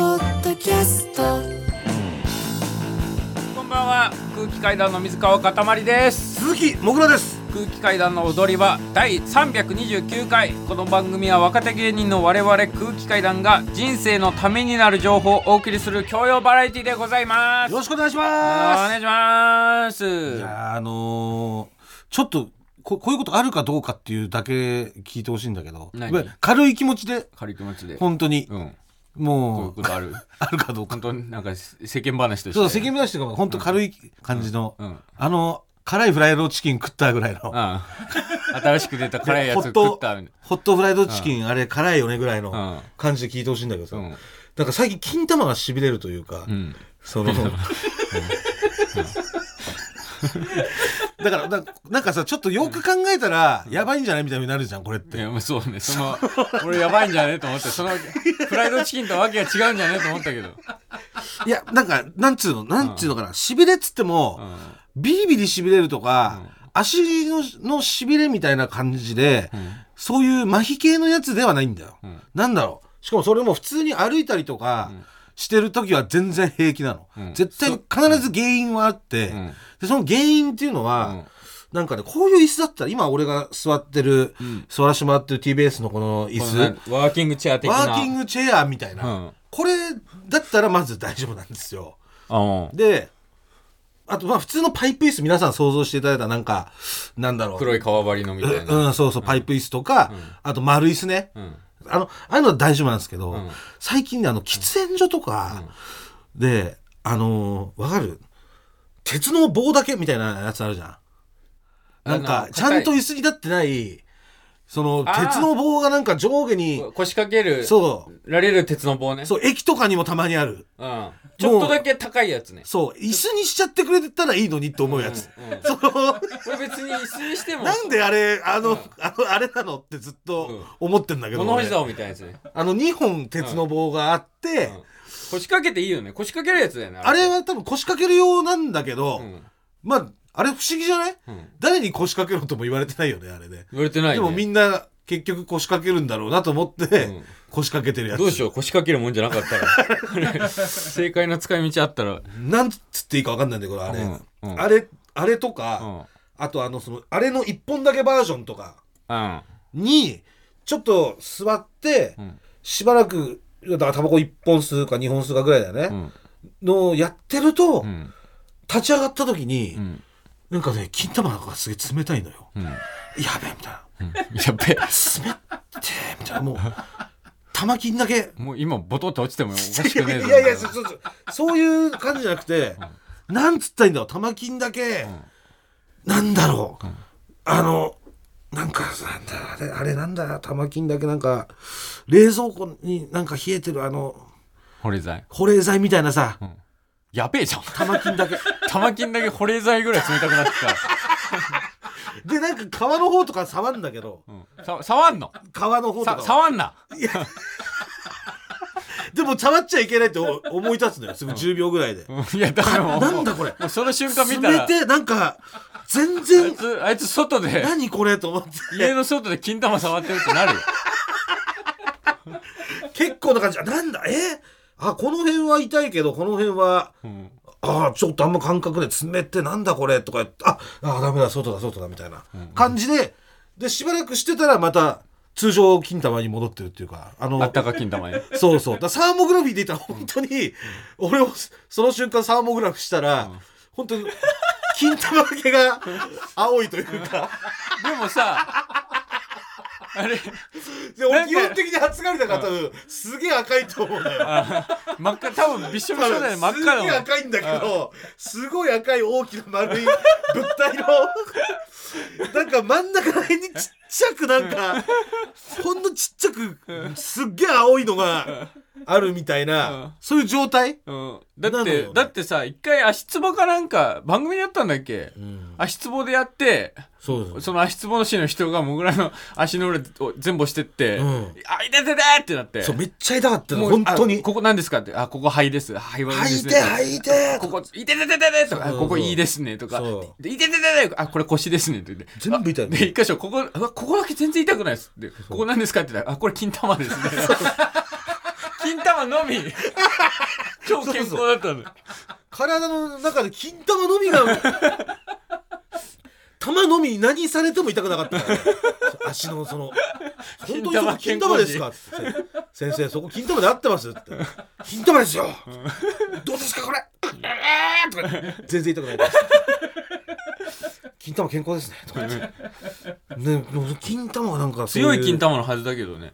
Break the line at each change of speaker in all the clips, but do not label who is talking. キャスト
こんばんは空気階段の水川かたまりです
鈴木もぐらです
空気階段の踊り場第329回この番組は若手芸人の我々空気階段が人生のためになる情報をお送りする教養バラエティでございます
よろしくお願いし
お
ま
願いします
すいやーあのー、ちょっとここういうことあるかどうかっていうだけ聞いてほしいんだけど
何
ごめん軽い気持ちで
軽い気持ちで
本当に、
うんこうい
も
う
う
ことある
あるかどうか
本当になんか世間話として
そう世間話とかも本当軽い感じの、
うんうん
あの辛いフライドチキン食ったぐらいの、
ああ新しく出た辛いや
ホ
つ
ッ
食
ト
ったみたい
ホットフライドチキン、あれ辛いよねぐらい
うん
の感じで聞いてほしいんだけどさ、
うん
なんか最近金玉がしびれるというか、
なうん
そのだからななんかさちょっとよく考えたらやばいんじゃないみたいになるじゃんこれっ
い
て
やもうそうねその俺やばいんじゃねえと思ってそのフライドチキンとわけが違うんじゃねえと思ったけど、
いやなんかなんつうのなんつうのかなしびれっつって
う
も
ん
ビリビリしびれるとか足ののしびれみたいな感じでそういう麻痺系のやつではないんだよ
うん
なんだろうしかもそれも普通に歩いたりとかしてる時は全然平気なの
うん
絶対必ず原因はあって
うん
でその原因っていうのは、
うん
なんかね、こういう椅子だったら、今俺が座ってる、
ん
座らせてもらってる TBS のこの椅
こ
子、
のなんワーキングチェア的な
ワーキングチェアみたいな、
うん
これだったらまず大丈夫なんですよ。
ああ
で、あとまあ普通のパイプ椅子皆さん想像していただいたなんか、なんだろう。
黒い革張りのみたいな、
ううん、そうそう、パイプ椅子とか、あと丸椅子ね。
ん
あの、ああいうのは大丈夫なんですけど、
ん
最近ね、あの、喫煙所とかで、あのーわかる鉄の棒だけみたいなやつあるじゃん。なん
あ
か、
の
ちゃんと
硬い
椅子に立ってない、その、
あー
鉄の棒がなんか上下に、
腰掛ける
そう
られる鉄の棒ね
そう、駅とかにもたまにある。
うん、ちょっとだけ高いやつね
そう、椅子にしちゃってくれたらいいのにって思うやつ。
うんうん
その、
これ別に椅子にしても
なんであれ、あの、あの、あれなのってずっと思ってんだけど、
物干
俺
し竿みたいなやつね
あの2本鉄の棒があって、
ん腰掛けていいよね腰掛けるやつだよね
あれは多分腰掛ける用なんだけど、
うん
まああれ不思議じゃない、
うん
誰に腰掛けろとも言われてないよねあれね
言われてない、ね、
でもみんな結局腰掛けるんだろうなと思って、
うん
腰掛けてるやつ
どうしよう腰掛けるもんじゃなかったら 正解の使い道あったら
なんつっていいか分かんないんだけどあれ、
うんうん
あれあれと
う
か、
ん
あとあのそのあれの1本だけバージョンとか
うん
にちょっと座って、
うん
しばらくだからタバコ1本吸うか2本吸うかぐらいだよね、
うん
のやってると、
うん
立ち上がった時に、
うん
なんかね金玉がすげえ冷たいのよ、
うん
やべえみたいな
やっべ
冷ってえみたいなもう玉金だけ
もう今ボトって落ちてもおかし
い
くねえぞ
やいやそうそうそうそういう感じじゃなくて、なんつったらいいんだろう玉金だけ、なんだろう、あのなんかさなんだあれあれなんだ玉金だけなんか冷蔵庫になんか冷えてるあの
保冷剤
保冷剤みたいなさ、
やべえじゃん
玉金だけ
玉金だけ保冷剤ぐらい冷たくなってき
でなんか皮の方とか触るんだけど
た、さ触んの
皮の方と
さ
か
触んな
でも触っちゃいけないってお思い立つのよすぐ10秒ぐらいで、
うんいやだからもう
なんだこれ
もうその瞬間見た
冷
ら
てえなんか全
あい
然
つあいつ外で
何これと思って
家の外で金玉触ってるってなるよ
結構な感じあなんだえあこの辺は痛いけどこの辺は
うん
あちょっとあんま感覚で冷ってなんだこれとか言ってああダメだ外だ外だみたいな感じででしばらくしてたらまた通常金玉に戻ってるっていうかあの
あったか金玉ね
そうそう。だからサーモグラフィーで言ったら本当に、俺をその瞬間サーモグラフしたら、本当に、金玉毛が青いというか、
でもさあれ
で俺
なんか
基本的に暑がりだから多分、すげえ赤いと思うんだよ。
真っ赤多分びっしょびしょだよね真っ赤
す
だ
げえ
もん
赤いんだけど、すごい赤い大きな丸い物 体の、なんか真ん中らへんにちっちゃくなんか、ほんのちっちゃく、すっげえ青いのがあるみたい
うん
な、そういう状態
うん、だっ
なの
て、
よね
だってさ一回足つぼかなんか番組でやったんだっけ、足つぼでやって
そうです
その足つぼの市の人がもぐら の足の裏を全部押してって「
うん
あいててて!」ってなって
そう、めっちゃ痛かった
も
の、
う
本当
あ
に。
ここ何ですか?」って「あここ肺です」あ「肺は
吐
です
い
ね」
て、吐いて。
ここ、いてててててとか、
そう
ここいいですねとか、
そ
でいててててあ、これ腰ですねって言って。
全部痛い
あで、一箇所、ここ、あここだけ全然痛くないです。で、こ こ何ですかって言ったら、あ、これ金玉ですね。金玉のみ。超健康だったの
体の中で金玉の みが玉のみ何されても痛くなかったからね足のその「本当にそこ金
金
玉
玉
ですか?」って「先生そこ金玉で合ってます?」って「金玉ですよどうですかこれ!」えーとか言って全然痛くないです金玉健康ですねとか言ってねもう金玉はなんかそうう
強い金玉のはずだけどね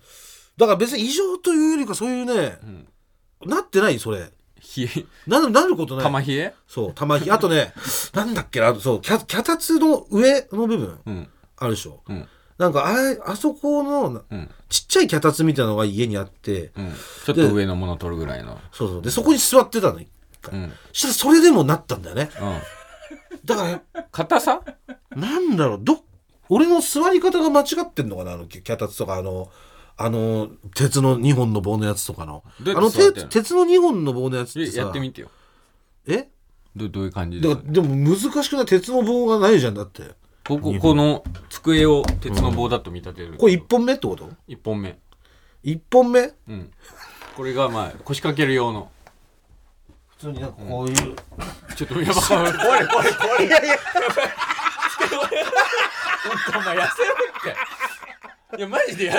だから別に異常というよりかそういうね、なってないそれ
冷え
ななることない
玉冷え
そう、玉ひ、あとね、なんだっけな、あとそう、脚脚立の上の部分、
うん
あるでしょ。
うん
なんか、あれ、あそこの、な
うん
ちっちゃい脚立みたいなのが家にあって、
うんちょっと上のもの取るぐらいの
そうそう。で、そこに座ってたの、一回。
うんうん
そしたら、それでもなったんだよね。だから、
硬さ
なんだろう、ど、俺の座り方が間違ってんのかな、あの、脚立とか、あの、あの、鉄の2本の棒のやつとかの。
どう
あ
や
の、
って座ってんの
鉄鉄の2本の棒のやつって
え
さ、
やってみてよ
え
どどういう感じで
だから、でも難しくない鉄の棒がないじゃん、だって。
こここの机を鉄の棒だと見立てる、
これ1本目ってこと
一本目
一本目
うんこれがまあ腰掛ける用の
普通になんかこういう、
ちょっとやばい怖い怖い怖い
いやいや
お前痩せろっていやマジでや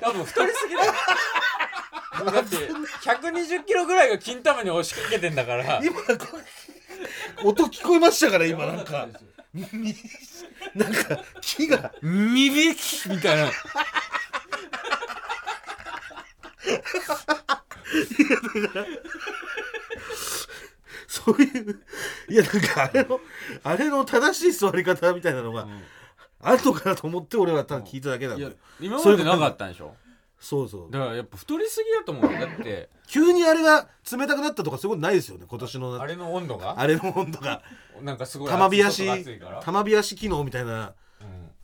多分太りすぎだよだって120キロぐらいが金玉に押しかけてんだから
今こう音聞こえましたから今なんかみなんか木が
みびきみたいな
そういういやなんかあれのあれの正しい座り方みたいなのが、あるのかなと思って俺はただ聞いただけなん
い
だ
や
よ
今までなかったんでしょ
そうそう
だからやっぱ太りすぎだと思うよだって
急にあれが冷たくなったとかそういうことないですよね今年の
あ
あれ
れの温度が
の温度が
なんかすごい
玉冷や
外が
し
暑いから
玉冷やし機能みたいな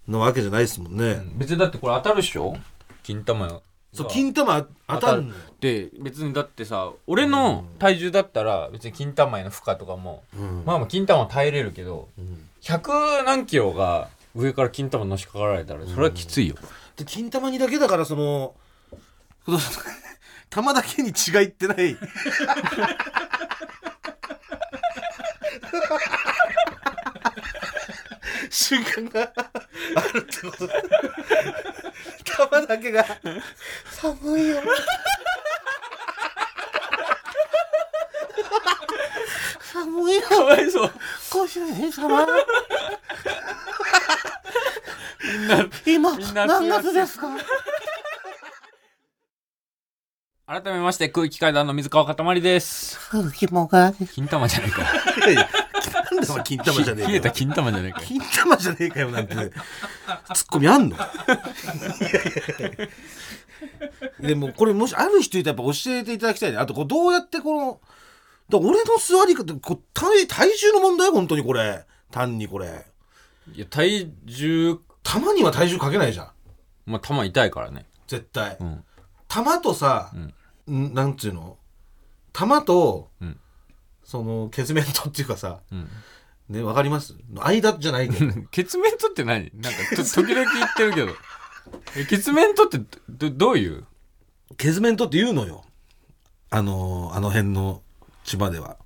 のわけじゃないですもんね、
別にだってこれ当たるっしょ金玉が
そう金玉当たるのよ
で別にだってさ俺の体重だったら別に金玉への負荷とかも、
ん
まあまあ金玉は耐えれるけど、100何キロが上から金玉のしかかられたらそれはきついよ、
で金玉にだけだからそのその玉だけに違いってない 瞬間があるってことだ玉だけが寒いよ寒いよ
かわいそう
少しね様今
みんな
何月ですか
改めまして空気階段の水川かたまりです
空気もがです
金玉じゃないか
いやいやなんでお前金玉じゃねえか
冷えた金玉じゃないか
金玉じゃねえかよなんてツッコミあん のいやいやいやでもこれもしある人いたらやっぱ教えていただきたいねあとこうどうやってこのだから俺の座り方こう体体重の問題本当にこれ単にこれ
いや体重
玉には体重かけないじゃん
まあ玉痛いからね
絶対、
ん
玉とさ、んなんつうの玉と、
ん
そのケツメントっていうかさ、
ん
ねわかります間じゃないけど
血面とって何なんかと時々言ってるけどえ血面とってどどどういう
ケズメントって言うのよあのーあの辺の千葉では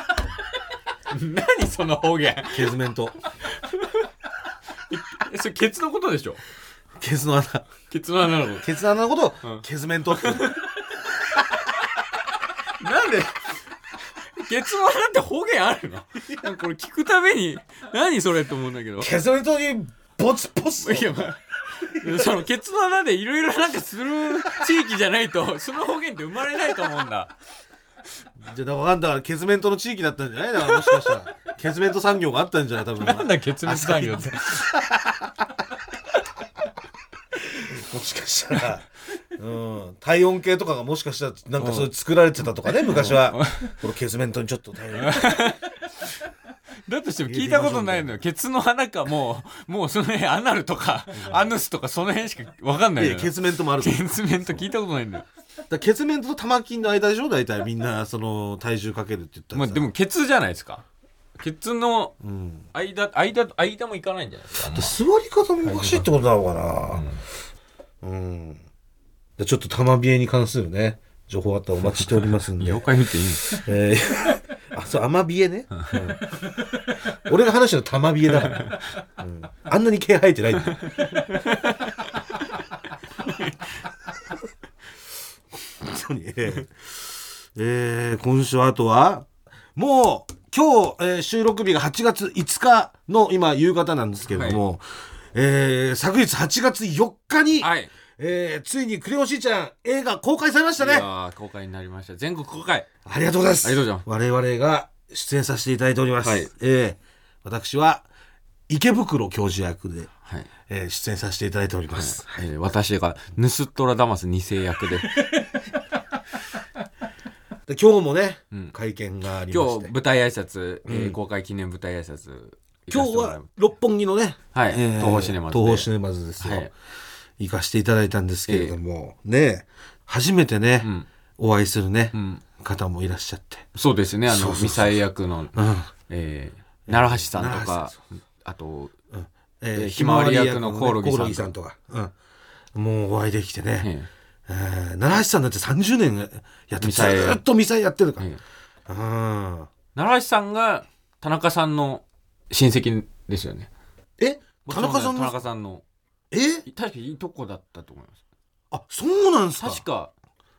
何その方言
ケズメン ト
えそれケツのことでしょ
ケズの穴
ケツの穴のこ
ケツの穴のことを、ケズメントって言うの
となんでケツの穴って方言あるのなんかこれ聞くために何それって思うんだけど
ケズメントにボツボツ
いやまあそのケツの穴でいろいろなんかする地域じゃないとその方言って生まれないと思うんだ
じゃあだからだからケズメントの地域だったんじゃないだからもしかしたらケズメント産業があったんじゃない多分
なんだケツの産業って
もしかしたら、うん、体温計とかがもしかしたらなんかそういう作られてたとかね、昔はこのケズメントにちょっと体温
だとしても聞いたことないのよケツの穴かもう もうその辺アナルとかアヌスとかその辺しか分かんないい
や
のよ
ケズメントもあるから
ケツ面と聞いたことないんだよ
だからケズメントと玉筋の間でしょ大体みんなその体重かけるって言ったら
まあ
さ
でもケツじゃないですかケツの
うん
間間間もいかないんじゃないですかあんま
座り方もおかしいってことなのかなうん、じゃあちょっと玉冷えに関するね情報あったらお待ちしておりますんで。
妖怪見ていいの
えー あ、そう、アマビエね。うん俺が話したのたまびえだから、うんあんなに毛生えてないんだよ本当 に。えーえー今週あとは、もう、今日、えー収録日が8月5日の今、夕方なんですけれども、えー昨日8月4日に、
はい。い
えーついにクレヨンしーちゃん映画公開されましたね。
やー公開になりました。全国公開。
ありがとうございます。
ありがとうご
我々が出演させていただいております。
はい
えー私は池袋教授役で、
はい。
えー出演させていただいております。
えー私が、ヌスットラダマス二世役で、
で今日もね、
ん
会見があり ま
今
し
日
て、
舞台挨拶、えー
うん
公開記念舞台挨拶。
今日は、六本木のね、
はい、
えー
東宝シネマズで
東宝シネマズですよ、
はい
行かせていただいたんですけれども、ね、初めてね、
うん
お会いするね、
うん。
方もいらっしゃって。
そうですね、あ
そうそう
の、
そう
ミサイ役の、
うん
えー、奈良橋さんと
奈良橋
か
さ、
あと、
え
でひまわり役のコオロギさん
コさんとか、うん、もうお会いできてね、
え
えー奈良橋さんだって30年やっ
ミ
てるず
サイ
ーっとミサイやってるか
ー
ら、
えー
うん
奈良橋さんが、田中さんの親戚ですよね。
え田中さん
田
の
中さんの、
え
確かいいとこだったと思います。
あそうなんですか
確か、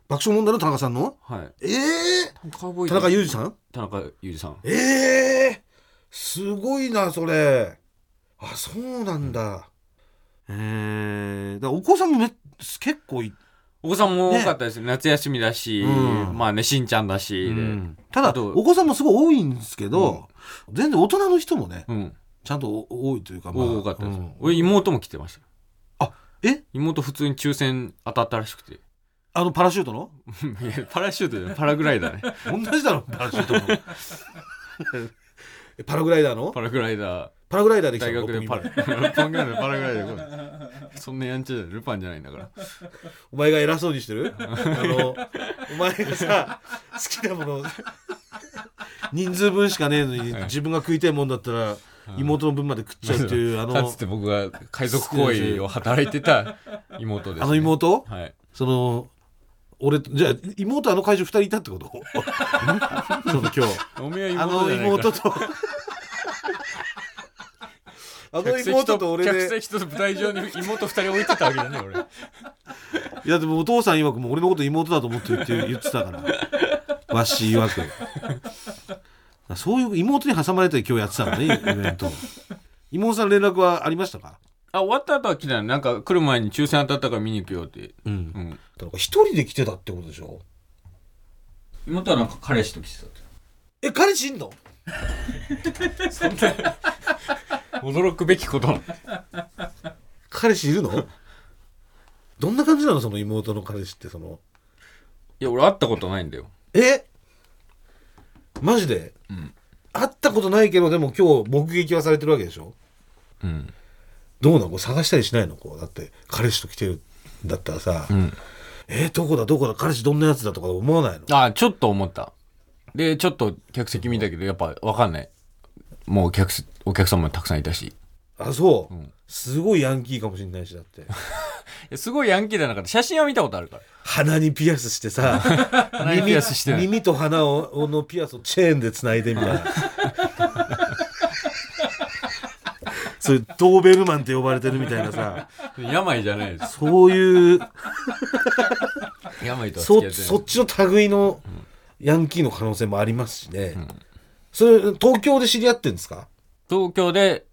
爆笑問題の田中さんの
はい。
え
カウボー
ー、
イ
田中裕二さん
田中裕二さん。
えー、すごいなそれあそうなんだ、えー、だからお子さんもめ結構い、
お子さんも多かったですね。夏休みだし、
うん
まあね、しんちゃんだし、で。
うんただ
あと
お子さんもすごい多いんですけど、全然大人の人もね
うん。
ちゃんとお多いというか、まあ
多かったです。
うん
俺、妹も来てました。
え
妹普通に抽選当たったらしくて。
あのパラシュートの
いやパラシュートじゃない、パラグライダーね。
同じだろパラシュートのえ パラグライダーの
パラグライダー。
パラグライダーできた
大
の
学でパラ、
僕今
ルパングライダー、パラグライダーこれ。そんなやんちゃじゃない、ルパンじゃないんだから。
お前が偉そうにしてるあのお前がさ好きなもの人数分しかねえのに自分が食いたいもんだったら妹の分まで食っちゃうっていうあ
か
の
つて僕が海賊行為を働いてた妹です、ね。
あの妹
はい。
その俺じゃあ妹あの会場2人いたっ てことその今日
おめえは妹
あ
じゃな
の
いか
妹
ら。
とあの
客席
妹と俺で
客席と舞台上に妹二人置いてたわけだ ね、俺。
いやでもお父さん曰くもう俺のこと妹だと思ってるって言ってたからわし曰くそういう妹に挟まれて今日やってたのねイベント妹さん連絡はありましたか
あ、終わった後は来たよ。なんか来る前に抽選当たったから見に行くよって。
うん
うん。
一人で来てたってことでしょ
妹はなんか彼氏と来てたって。
え彼氏いんの
そんな、驚くべきことなの
彼氏いるのどんな感じなのその妹の彼氏ってその
いや、俺会ったことないんだよ。
えマジで、
ん
会ったことないけどでも今日目撃はされてるわけでしょ
うん。
どうなのこう探したりしないのこうだって彼氏と来てるんだったらさ、
うん。
えー、どこだどこだ彼氏どんなやつだとか思わないの
あ、ちょっと思った。で、ちょっと客席見たけど、やっぱわかんない。もうお客す、お客様もたくさんいたし。
あそう、
うん
すごいヤンキーかもしれないしだって
すごいヤンキーだなかった。写真は見たことあるから。
鼻にピアスしてさ
鼻にピアスしてない
耳と鼻をのピアスをチェーンでつないで みたいなそういうドーベルマンって呼ばれてるみたいなさ
病じゃないです。
そういう
病とは付き合
そ
ってない
そっちの類のヤンキーの可能性もありますしね、それ東京で知り合ってんですか
東京で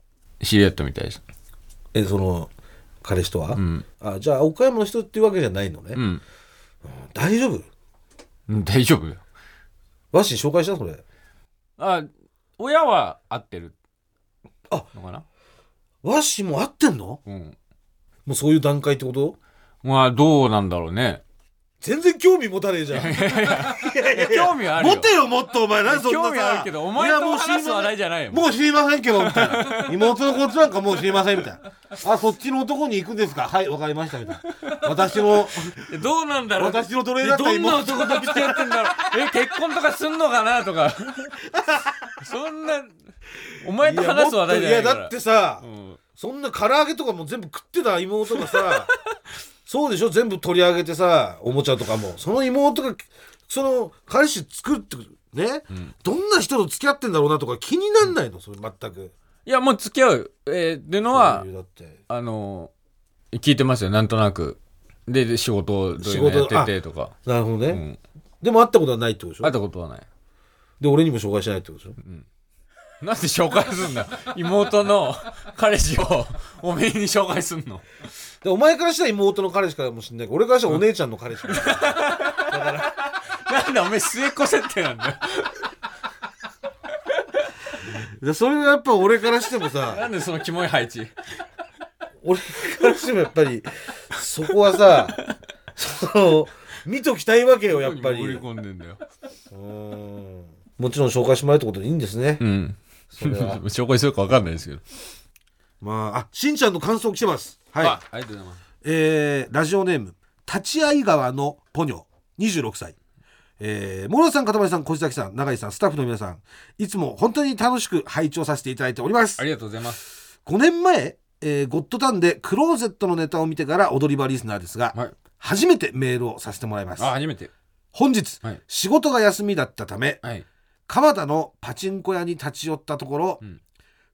知り合ったみたいです。
えその彼氏とは、
うん。
あじゃあ岡山の人っていうわけじゃないのね、
うん。
大丈夫
うん大丈夫よ。
和紙紹介したそれ
あ、親は合ってる。
あ
のかな
和紙も合ってんの
うん。
もうそういう段階ってこと
まあ、どうなんだろうね。
全然興味持たねえじゃん
興味はあるよ。
持てよもっとお前何そんなさ
興味はあるけど、お前
いや
と
もう知りま
話す話題じゃないよ。
もう知りませんけどみたいな妹のことなんかもう知りませんみたいなあそっちの男に行くんですかはいわかりましたみたいな私の
どうなんだろう
私の奴隷だっ
ど
た
んな
妹
男と付き合ってんだろうえ結婚とかすんのかなとかそんなお前と話す話題じゃない
や
から
だってさ、
うん
そんな唐揚げとかも全部食ってた妹がさそうでしょ全部取り上げてさおもちゃとかもその妹がその彼氏作るってね、どんな人と付き合ってんだろうなとか気になんないのそれ全く
いやもう付き合う、えー、っていうのは
そういうだって
あの聞いてますよなんとなくでで仕事をどういうのや
仕事
っててとか
なるほどね、
ん
でも会ったことはないってことでし
会っ
ょ
たことはない
で俺にも紹介しないってことでしょ
なんで紹介すんだ妹の彼氏をおめえに紹介すんの
でお前からしたら妹の彼氏かもしれないけど俺からしたらお姉ちゃんの彼氏かもしれない
なんだおめえ末っ子設定なんだよ
でそれがやっぱ俺からしてもさ
なんでそのキモい配置
俺からしてもやっぱりそこはさその見ときたいわけよやっぱり
売り込んでんだよ
うんもちろん紹介してもらうってことでいいんですね、
うん
それは
紹介するか分かんないですけど
まああしんちゃんの感想来てますはい
あありがとうございます
えーラジオネーム立会川のポニョ26歳えー、諸田さん、片林さん、小崎さん、永井さん、スタッフの皆さん、いつも本当に楽しく拝聴させていただいております
あ。りがとうございます
5年前、えーゴッドタンでクローゼットのネタを見てから踊り場リスナーですが、
はい
初めてメールをさせてもらいます
あ初めて
本日、
はい
仕事が休みだったため
はい
蒲田のパチンコ屋に立ち寄ったところ、
うん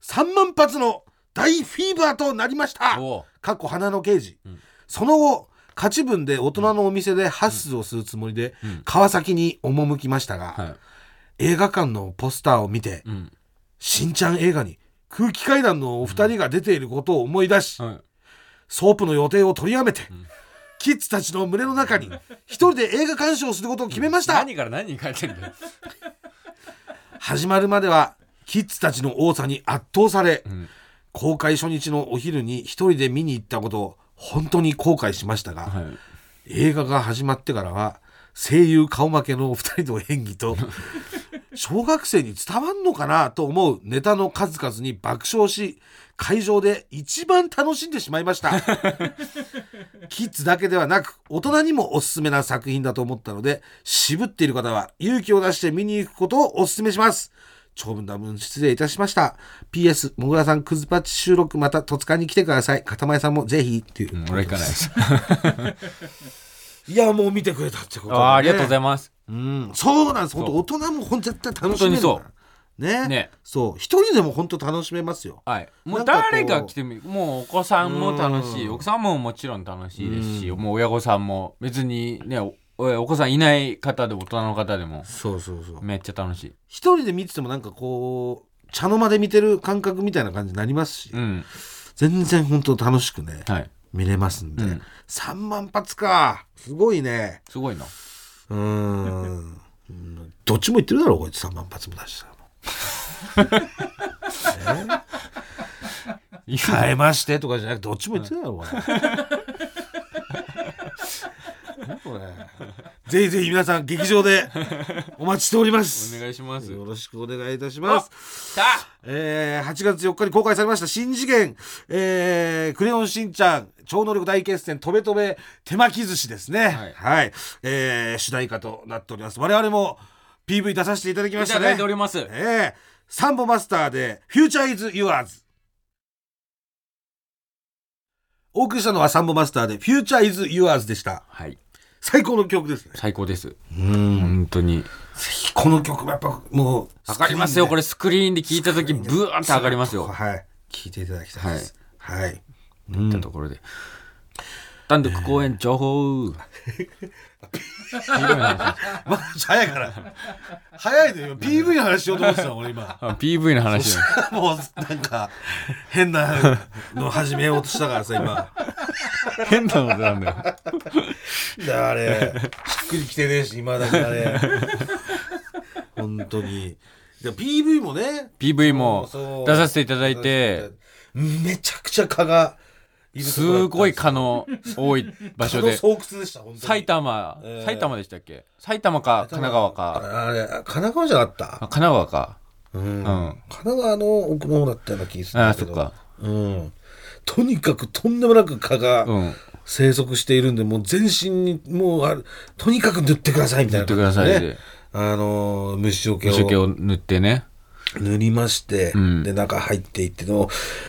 3万発の大フィーバーとなりました
おう
かっこ花の刑事、
うん
その後勝ち分で大人のお店でハッスルをするつもりで、
うん
川崎に赴きましたが、
は
映画館のポスターを見て、
いうん
しんちゃん映画に空気階段のお二人が出ていることを思い出し、
はい
ソープの予定を取りやめて、キッズたちの群れの中に一人で映画鑑賞することを決めました
何から何に変えてんだよ
始まるまではキッズたちの多さに圧倒され、
ん
公開初日のお昼に一人で見に行ったことを本当に後悔しましたが、
はい
映画が始まってからは声優顔負けのお二人の演技 と小学生に伝わんのかなと思うネタの数々に爆笑し会場で一番楽しんでしまいました キッズだけではなく大人にもおすすめな作品だと思ったので渋っている方は勇気を出して見に行くことをおすすめします長文多文失礼いたしました。PS、もぐらさん、くずパチ収録、また、戸塚に来てください。かたまえさんもぜひ、っていう。
うん俺は行かない です
いや、もう見てくれたってことだね、
あありがとうございます
うん、そうなんです。
そう
本当大人も本当絶対楽しめるんだ
本
ね。
ね
そう。一人でも本当楽しめますよ。
はい、もう
な
ん
かこう
誰が来てもいいもうお子さんも楽しい奥さんももちろん楽しいですしもう親御さんも別にねおお子さんいない方でも大人の方でも
そうそうそう。
めっちゃ楽しい、
一人で見ててもなんかこう、茶の間で見てる感覚みたいな感じになりますし、
うん
全然本当楽しくね、
はい、
見れますんで。
うん
3万発か。すごいね。
すごいな
うーん。うんどっちも言ってるだろう、こいつ3万発も出したら。
いや
変えましてとかじゃなくてどっちも言ってたよ、お前何これぜひぜひ皆さん劇場でお待ちしております
お願いします
よろしくお願いいたします
さあ
えー8月4日に公開されました新次元、えークレヨンしんちゃん超能力大決戦とべとべ手巻き寿司ですねは
はいい、
えー主題歌となっております我々も PV 出させていただきま
い
した
ただ
ね
いております
ええサンボマスターで「Future is Yours」お送りしたのはサンボマスターで「Future is Yours」でした
はい
最高の曲ですね
最高です
うん
本当に
この曲もやっぱもう
上がりますよこ
れ
れスクリーンで聞いた時ブワーって上がりますよ
はい聴いていただきたいですはい、う
っ
ん
たところで単独公演情 報
まだ早いから早いでよ PV の話しようと思ってたの 俺今
あ PV の話だ
もうなんか変なの始めようとしたからさ今
変なことなんだよ
だあれしっくりきてねえし今だけあれ本当にで PV もね
PV も
そう
出させていただいて
めちゃくちゃ蚊がいるとこだったんです
ごい蚊の多い場所
蚊の
で
巣窟でした本当に
埼玉
えー
埼玉でしたっけ埼玉か神奈川か
あれ神奈川じゃなか
あ神
っ
奈川か
た、うん
ん
神奈川の奥の方だったような気がするん
あ
だ
そ
け
っ
ど
か
うんとにかくとんでもなく蚊が
うん
生息しているんで、もう全身にもうあるとにかく塗ってくださいみたい
塗
な
ってください
ね
で
あのー虫除けを
虫除けを塗ってね
塗りまして、
ん
で、中入っていっての、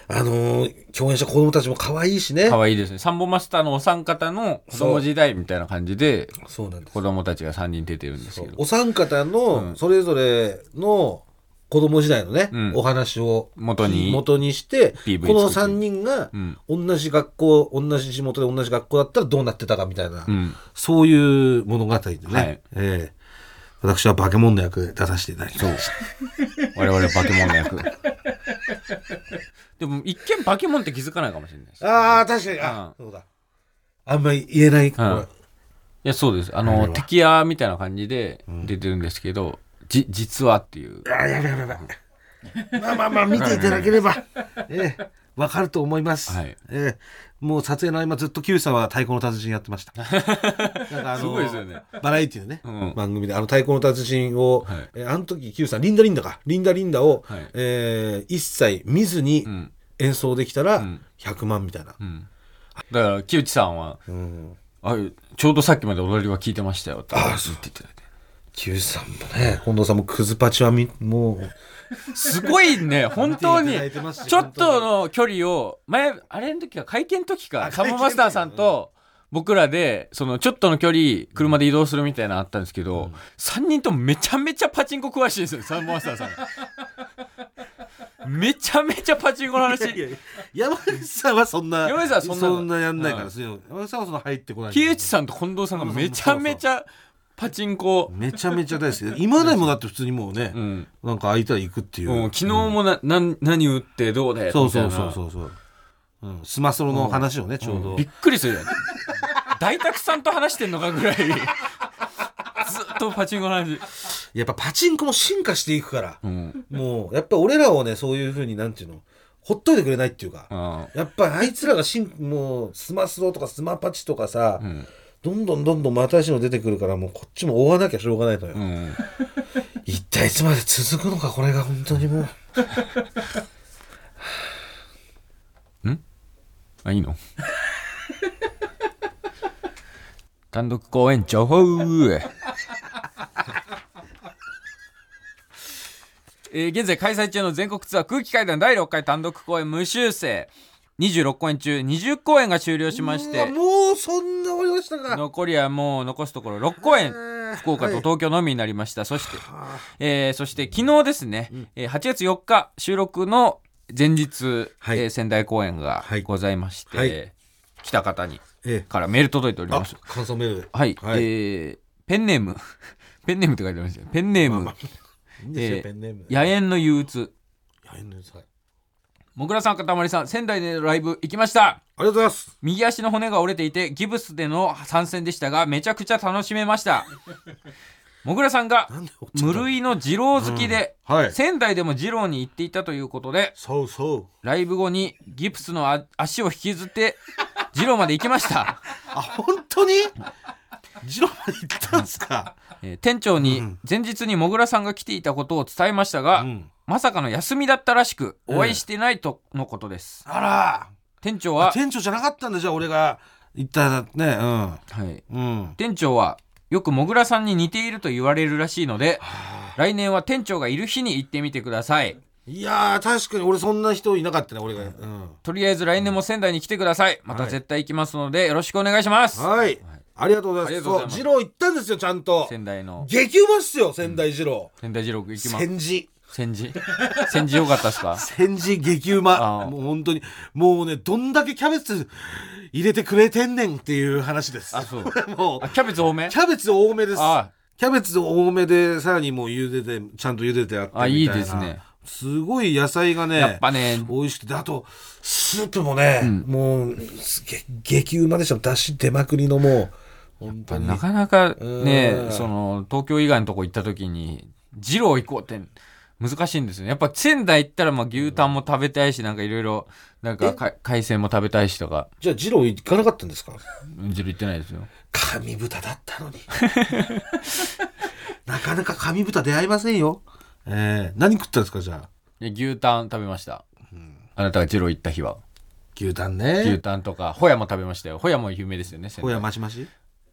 あのー共演した子供たちも可愛いしね。
可愛いですね。サンボマスターのお三方の子供時代みたいな感じで、
そうなんです
子供たちが3人出てるんですけど
お。三方のそれぞれの子供時代のね、
うん
お話を
元に
元にして
PV
この
作って
3人が
うん
同じ学校同じ地元で同じ学校だったらどうなってたかみたいな、
うん。
そういう物語でね、
はい
ええ私は化け物の役で出させていただきました
我々は化け物の役。でも、一見化け物って気づかないかもしれないです。い
ああ確かにあ、そうだあんまり言えない、
んや、そうです。あ
あれ
の、
は
敵屋みたいな感じで出てるんですけど、じ、実はっていう。
あーやばいやばいやばいまあまあまあ見ていただければ、ええ、わかると思います。
はい
ええ、もう撮影の合間ずっと Q さんは太鼓の達人やって ました。なんかあの
すごいですよね。
バラエティのね、
うん
番組であの太鼓の達人を、
はい
えーあの時 Q さんリンダリンダかリンダリンダを、
はい
えー一切見ずに
うん。
演奏できたら
ん
100万みたいな。
うん。だから、木内さんは、
うん
あちょうどさっきまで踊りは聞いてましたよって
あそ
言
う
っていただいて。
Q さんもね近藤さんもクズパチはみも
すご いね、本当に
見ていただいてます。よ
ちょっとの距離を、前、あれの時は会見の時か、
あ
サンボマスターさんと、僕らで、その、ちょっとの距離、車で移動するみたいなのあったんですけど、3人ともめちゃめちゃパチンコ詳しいん ですよ、サンボマスターさん。めちゃめちゃパチンコの
う
話。
いやいや山口さんはそんな
山口さんはそんなの
やんないから、
うん
そういうの山口さんはそんな入ってこない
木内さんと近藤さんがめちゃめちゃパチンコ、
めちゃめちゃ大好きで今でもだって普通にもうね、
うん。
なんか空いたら行くっていう、
うん昨日もな、なん何打ってどうで
そう
みたい
そ
な
うそうそうそう、うん、スマソロの話をね、ちょうど、
びっくりするよね 大沢さんと話してんのかぐらいず っとパチンコの話、
やっぱパチンコも進化していくから、
うん、
もうやっぱ俺らをねそういうふうになんていうのほっといてくれないっていうか、
あ
やっぱあいつらがしんもうスマスロとかスマパチとかさ、
ーうん
どんどんどんどん新しいの出てくるからもうこっちも追わなきゃしょうがないのよ、
うん
一体いつまで続くのかこれが本当にもう
あ いいの単独公演情報えー現在開催中の全国ツアー空気階段第6回単独公演無修正26公演中20公演が終了しまし
うわ
て
もうそんな終わりましたか
残りはもう残すところ6公演福岡と
はい
東京のみになりました、そして
あ
えーそして昨日ですね、えー8月4日収録の前日、
はい
えー仙台公演が
はい
ございまして、
はい
来た方に
ええ
からメール届いており
あ
ます。
感想メールで
はい、
はい
えーペンネーム ペンネームって書いてありますよペンネーム、
いいんですよ、
えー
ペンネーム
野猿の憂鬱
やえんのさいあ
もぐらさんかたまりさん仙台でライブ行きました
りがとうございます
右足の骨が折れていてギブスでの参戦でしたがめちゃくちゃ楽しめました もぐらさんが
なんでおっちゃん
無
だ
類の二郎好きで、
はい
仙台でも二郎に行っていたということで
そうそう
ライブ後にギプスのあ足を引きずって二郎まで行きました、
あ本当にジローまで行ったんですか
えー店長に前日にもぐらさんが来ていたことを伝えましたが、
うん
まさかの休みだったらしくお会いしてないとのことです、
あ
店長
ら
は、
店長じゃなかったんだじゃあ俺が行ったね
はい、
うんうん
店長はよくもぐらさんに似ていると言われるらしいので来年は店長がいる日に行ってみてください
いやー確かに俺そんな人いなかったね俺が、うん、
とりあえず来年も仙台に来てくださいまた
はい
絶対行きますのでよろしくお願いします、
はいありがとうござい
ありがと
ます
うござい
そう
ます
ジロー行ったんですよちゃんと
仙台の
激うまっすよ仙台ジロ
仙台二郎行き
ー
ます
戦時
戦時戦時よかったですか
戦時激う
あ
ま
ー
もう本当にもうねどんだけキャベツ入れてくれてんねんっていう話です
あそう
も
あ
う
キャベツ多め
キャベツ多めです
あ
キャベツ多めでさらにもう茹でてちゃんと茹でてあってみ
あ
たいない
いですね
すごい野菜がね
やっぱね
美味しくてあとスープもね、もうすげ激うまでしただし出まくりのもう本当に
なかなか
う
ね
ん
その東京以外のとこ行った時に二郎行こうって難しいんですよねやっぱ仙台行ったらまあ牛タンも食べたいしなんかいろいろなんかか海鮮も食べたいしとか
じゃあ二郎行かなかったんですか
うん二郎行ってないですよ
神豚だっ たのになかなか神豚出会いませんよええ何食ったんですかじゃあ
で牛タン食べましたあなたが二郎行った日は
牛タン
牛
ね
タンとかホヤも食べましたよホヤも有名ですよね仙
ホ
台
ヤマシマシ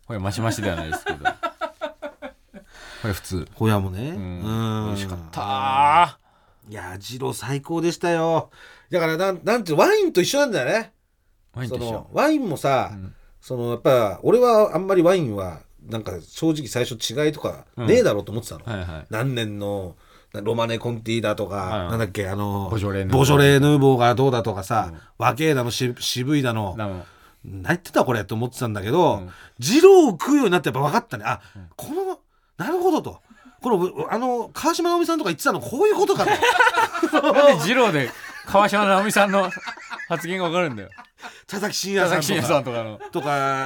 ホヤマシマシではない ですけどホヤ普通
ホヤもねうん
美味しかった
いやージロー最高でしたよだからなんなんていうのワインと一緒なんだよね
ワイン
そ
と一
の
緒
ワインもさ、
うん
そのやっぱ俺はあんまりワインはなんか正直最初違いとかねえだろうと思ってたの、
はいはい
何年のなロマネ・コンティだとか、
はい
なんだっけあの
ボジョレ・ヌーボー
ボジョレヌーボーがどうだとかさ、和系だのし渋いだの
なの
何言ってたこれと思ってたんだけど、
うん
二郎を食うようになってやっぱ分かったねあ、このなるほどとこのあの川島直美さんとか言ってたのこういうことかと
なんで二郎で川島直美さんの発言が分かるんだよ
佐々木真
佐々
也
木真
さんと
也さ
か
んとかの
と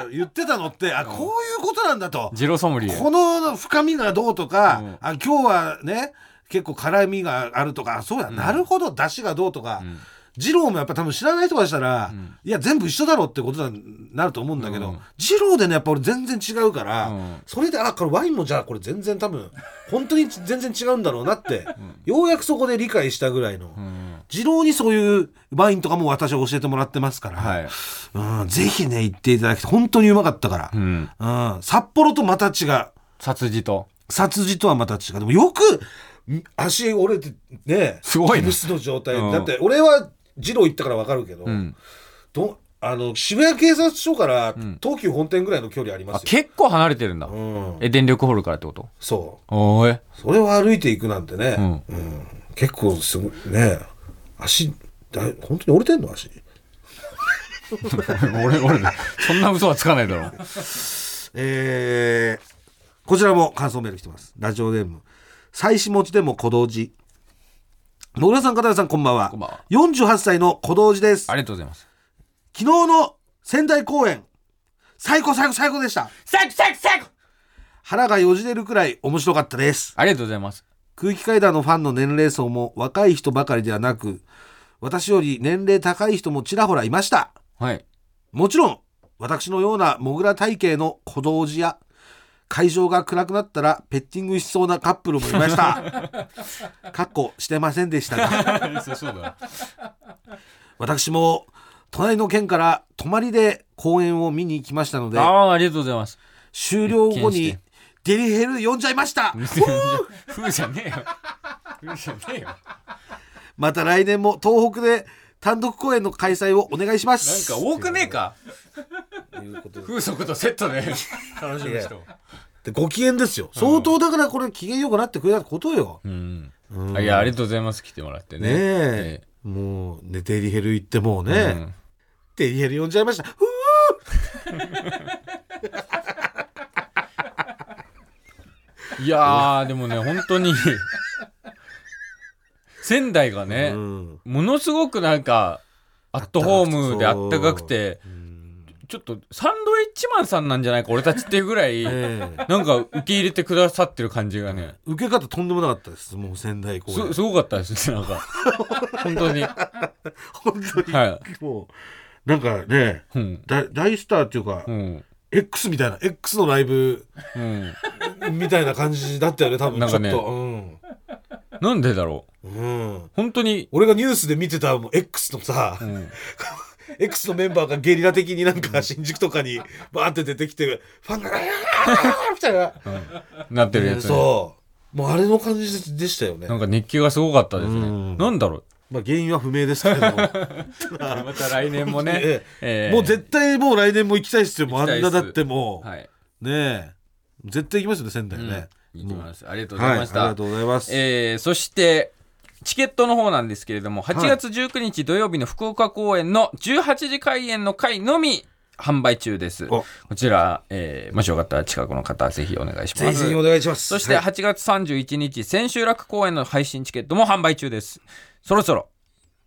か言ってたのってあこういうことなんだと、
二郎ソムリエ
この深みがどうとか、
うん
あ今日はね結構辛みがあるとかそうだ、なるほど出汁がどうとか、
うん
二郎もやっぱ多分知らない人からしたら、
ん
いや全部一緒だろうってことになると思うんだけど、
うん
二郎でねやっぱ俺全然違うから、
うん
それであこれワインもじゃあこれ全然多分本当に全然違うんだろうなって、ようやくそこで理解したぐらいの、
うん
二郎にそういうワインとかも私は教えてもらってますから、
はい
うん、ぜひね行っていただきたい本当にうまかったから
う、ん
うん、札幌とまた違う。
殺字と
殺字とはまた違う。でもよくん足折れてね、
すごいね
ブスの状態、
うん
だって俺は二郎行ったからわかるけど、
うん
どあの渋谷警察署から東急本店ぐらいの距離ありま
あ
すよ。
結構離れてるんだ
うん、
え電力ホールからってこと
そ。
おーいう
それを歩いていくなんてね、
うん
うん結構すごいね。足だ本当に折れてんの足。
俺俺そんな嘘はつかないだ ろ
えーこちらも感想メール来てます。ラジオネーム。妻子持ちでも小道寺。野村さん、片田さん、こんばんは。
こんばんは
48歳の小道寺です。
ありがとうございます
昨日の仙台公演最高最高最高でした
最高最高最高
腹がよじれるくらい面白かったです
ありがとうございます
空気階段のファンの年齢層も若い人ばかりではなく私より年齢高い人もちらほらいました
はい
もちろん私のようなモグラ体型の小道寺や会場が暗くなったらペッティングしそうなカップルもいました かっこしてませんでしたが
そうだ
私も隣の県から泊まりで公演を見に行きましたので
あーありがとうございます
終了後
一見し
に
て
デリヘル呼んじゃいました
ふうじゃねえよふうじゃねえよ
また来年も東北で単独公演の開催をお願いしま
なん
す
か多くねえか
いうことで
風速とセッ トで楽し
み
み
に
に
し
し
と
と
でご機嫌ですよ相当だからこれ機嫌よくなってくれたことよ、
うんあいやありがとうございます来てもらって
ね
ね
え
え、
もうねデリヘル行ってもうね、
うん
デリヘル呼んじゃいましたふう
いやーでもね本当に仙台がね、
うん
ものすごくなんかアットホームであったかくて
うん
ちょっとサンドイッチマンさんなんじゃないか俺たちっていうぐらいな
ええ
んか受け入れてくださってる感じがね
受け方とんでもなかったですもう仙台公演
すすごかったですねなんか本当には
本当に
い
もうなんかね
うん
大大スターっていうか、
うん
X みたいな X のライブ
うん
みたいな感じだったよね多分
なん
ちょ
か
っ
ね
と、
なんでだろう
うんうん
本当に、
俺がニュースで見てたもう X のさ、
うん
X のメンバーがゲリラ的になんか新宿とかにバーって出てきてファンが「あーみたいな、
なってるやつ、ね
そうもうあれの感じでしたよね
なんか熱気がすごかったですね、
うん
なんだろう
まあ原因は不明ですけど
また来年もね、
え
えー
もう絶対もう来年も行きたいっすよもうあんなだってもう、
はい
ねえ絶対行きますよね仙台ね、
いきます、ありがとうござ
はいいあ
ま
り
した、
がとうございます、
えーそしてチケットの方なんですけれども
い
8月19日土曜日の福岡公演の18時開演の回のみ販売中です
お
こちら、えーもしよかったら近くの方ぜひお願いします
ぜひぜひお願いします
そして
はい
8月31日、千秋楽公演の配信チケットも販売中です。そろそろ、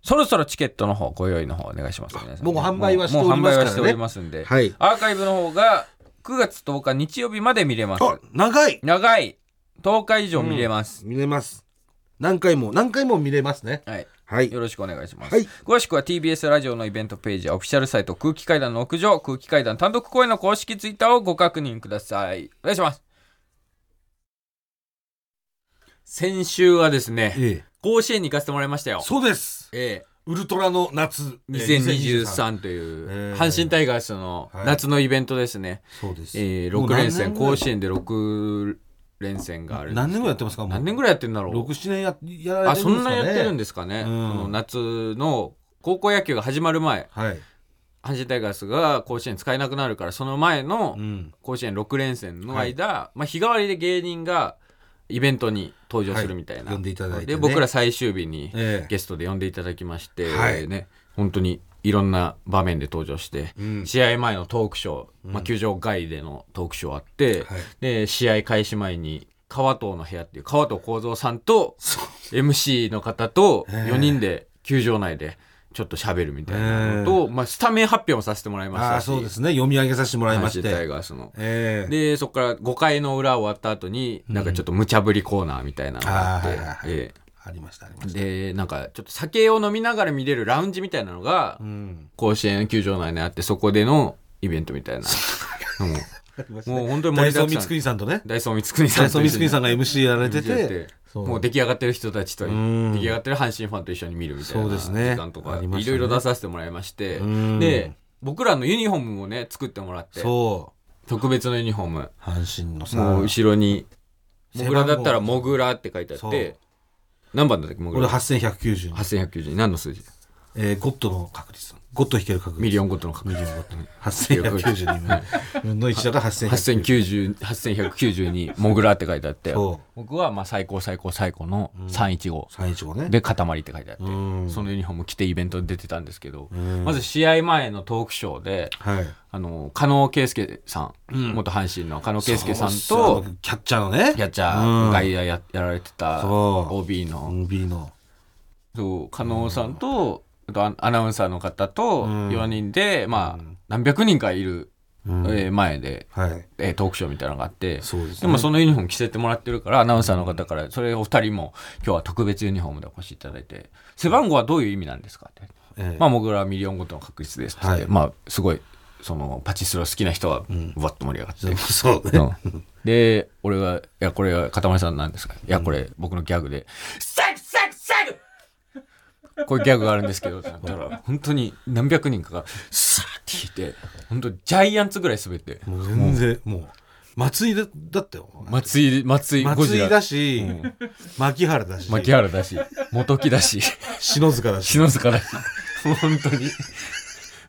そろそろチケットの方、ご用意の方お願いします、皆さんね。
もう販売はしてお
もう
ります
もう販売はしておりますんで、
からねはい
アーカイブの方が9月10日日曜日まで見れます。
あ長い
長い、10日以上見れます。
見れます何回も何回も見れますね
はい。
はい
よろしくお願いします、
はい
詳しくは TBS ラジオのイベントページやオフィシャルサイト空気階段の屋上空気階段単独公演の公式ツイッターをご確認くださいお願いします先週はですね
ええ
甲子園に行かせてもらいましたよ
そうです
え
ウルトラの夏
え2023という
ええ
阪神タイガースの夏のイベントですね、
そうです
えー
もう
6
何
連
年
戦
ぐらい
甲子園で6連戦があるんですけど
何年ぐらいやってますかもう
何年ぐらいやってんだろう
67年ややられてるんです
あそ
か、ね、
んなやってるん
で
ですかね、
うん
その夏の高校野球が始まる前
はい、
阪神タイガースが甲子園使えなくなるからその前の
うん、
甲子園6連戦の間、まあ、日替わりで芸人がイベントに登場するみたいな、
はい呼んでいただいてね
で僕ら最終日に
ええ
ゲストで呼んでいただきまして、
はい
ね本当にいろんな場面で登場して、
うん
試合前のトークショー、まあ、球場外でのトークショーあって、
はい
で試合開始前に川藤の部屋っていう川藤幸三さんと MC の方と
ええ
4人で球場内でちょっと喋るみたいなのと、まあ、スタメン発表もさせてもらいまし
あ
た
あ
し
そうですね読み上げさせてもらいまし
阪神タイ
て
ガースの。
ええ
でそこから5回の裏終わった後になんかちょっと無茶ぶりコーナーみたいなのがあって
あーはいはいはい
え
ありましたありま
え
した
でなんかちょっと酒を飲みながら見れるラウンジみたいなのが
うん
甲子園球場内にあってそこでのイベントみたいな
ありました
もう
ね
もう本当に盛
ダ
り
イソ
だ
ー
く
光
さん
圀さんとね
ダイソー光圀さん
ダイソー光圀さん
ん
が MC やられて
やってて
そう
もう出来上がってる人たちと
うん
出来上がってる阪神ファンと一緒に見るみたい
そう
な
です
時
ね
間とか
ありま
い
した
ろ
ね
いろ出させてもらいまして
うん
で僕らのユニフォームもね作ってもらって
そ
特別のユニフォーム
う阪神のさ
もう後ろに「
背
モグ
番号
ラ」だったら「モグラ」って書いてあって何番だったっけモグ
俺
ラ
8190、
8192何の数字
えー、ゴッドの確率ゴッド引ける確率
ミリオンごとの確
ミリオン
率
ゴッド8192分分の1だから8190
8090 8192モグラって書いてあって
そ
僕はまあ最高最高最高の315
う315ね
で「塊」って書いてあって
うん
そのユニフォーム着てイベントに出てたんですけど
うん
まず試合前のトークショーで
はい
あの加納圭介さん、
うん
元阪神の加納圭介さん
そう
と
そうキャッチャーのね
キャッチャー、
うん
外野ややられてた
そう
OB の、
B の
そう加納さんと、あとアアナウンサーの方と
うん
4人で、ま
う
あ
ん
何百人かいる、
うん
えー前で、
はい
えートークショーみたいなのがあって。
そうです
でもそのユニフォーム着せてもらってるからアナウンサーの方からそれお二人も今日は特別ユニフォームでお越しいただいて背番号はどういう意味なんですかって
ええ
まあ、僕らはミリオンごとの確率ですって、
はい
まあ、すごい、その、パチスロ好きな人は、
ん
わっと盛り上がって。
そ うそうね
うんで、俺が、いや、これは、かたまりさんなんですかいや、これ、僕のギャグで、セグセグセグこういうギャグがあるんですけど、ってなったら、本当に何百人かが、さーって引いて、本当にジャイアンツぐらい滑って、
もう全然もう松井だだったよ
松井、松井、ゴ
松
ジ
井
ラ
だ、し
うん
牧原だし
牧原だし、元木だし、
篠塚だし
篠塚だし、 本当に、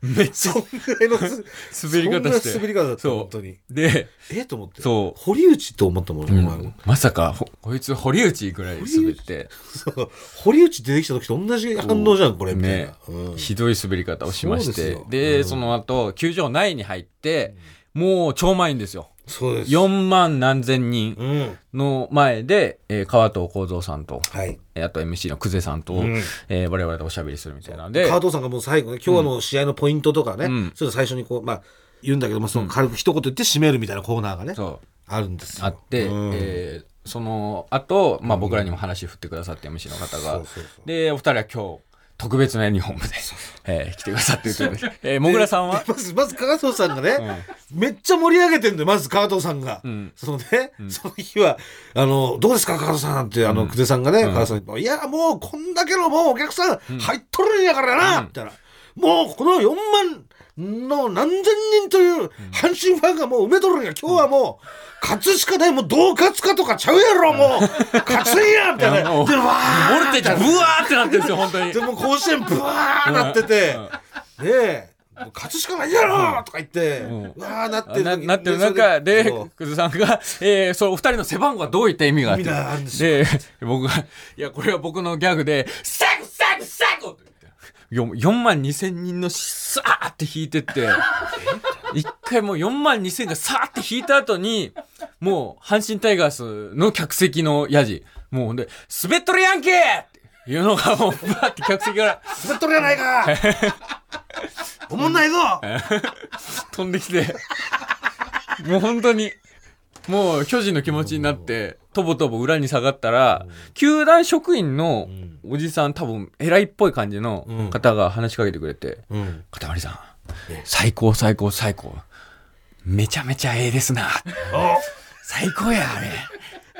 めっちゃ
そんぐらいのす
滑り方して。
そんな滑り方だった
そう
本当に
で、
えっと思って
そう
堀内と思ったもん、お前も
まさかほこいつ堀内ぐらい滑って
そう堀内出てきた時と同じ反応じゃんこれみたいな
ね、
うん
ひどい滑り方をしまし
そうです
て
よ
で,、
うん
その後球場内に入って、もう超満員ですよ
そうです
4万何千人
うん
の前で、えー川藤幸三さんと、
はい
えーあと MC の久世さんと、
ん
えー我々とおしゃべりするみたいなので
川藤さんがもう最後ね今日の試合のポイントとかね、
うん
ちょっと最初にこうまあ言うんだけど、まあ、その軽く一言言って締めるみたいなコーナーがね、
そう
あるんですよ
あって、
うん
えーその後、まあ僕らにも話振ってくださって MC の方が、
そうそうそう
でお二人は今日特別なユニフォームで、 えー来てくださってるということで、えーもぐらさんは
まずまず川藤さんがね、めっちゃ盛り上げてんだよまず川藤さんが、
ん
そのね、その日は「あのどうですか川藤さん」ってあの久手さんがね、川藤さんにいやもうこんだけのもうお客さん入っとるんやからな」みたいな「もうこの4万の何千人という阪神ファンがもう埋めとるんや今日はもう勝つしかないもうどう勝つかとかちゃうやろもう勝つんや」みたい
いや
な
もう
でわー
ボルテージブワーってなってるんですよ本 当に
でもう甲子園ブワーなってて
うん、
ねえ、もう勝つしかないやろとか言って、
ん
うわーなって
ななってる中で
そう
久世さんが、えー、そのお二人の背番号はどういった意味があって
意味があるんです
で僕が「いやこれは僕のギャグで「セグセグセグ!」って言って 4, 万2千人のさーって引いてって一回もう4万2千がさーって引いた後にもう阪神タイガースの客席のやじもうほんで「滑っとるやんけ!」っていうのがもうバーって客席から
滑っとるやな いかおもんないぞ
飛んできてもう本当にもう巨人の気持ちになってとぼとぼ裏に下がったら球団職員のおじさん多分偉いっぽい感じの方が話しかけてくれて
うん
「かたまりさん
え
最高最高最高めちゃめちゃええですな」最高やあれ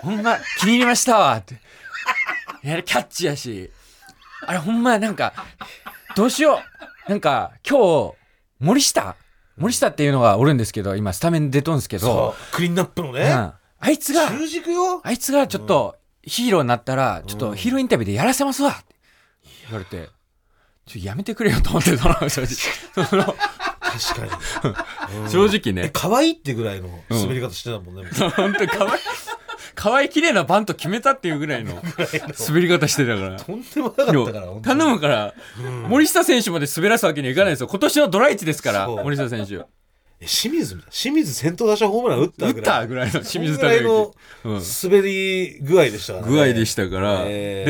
ほんま気に入りましたわっていやキャッチやしあれほんまなんかどうしようなんか今日森下森下っていうのがおるんですけど今スタメンで出とんですけ
そ
ど、
うクリーンナップの
うん
ね、
ああいつが
中軸よ
あいつがちょっとヒーローになったら、ちょっとヒーローインタビューでやらせますわって言われて、ちょ、やめてくれよと思ってたの、正直。その
確かに、うん
正直
え
ね、
可愛いってぐらいの滑り方してたもん ね、
本当に可愛い、可愛い綺麗なバント決めたっていうぐらいの滑り方してた から。
とんでもなかったから
いや
本当に
頼むから、森下選手まで滑らすわけにはいかないですよ。今年のドライチですから、
そう
森下選手。
え清水みたい清水先頭打者ホームラン打った
打っ
ぐらい
たぐらいの清水
そんぐらいの
拓之。
滑り具合でしたから
うん
ね
具合でしたから、
え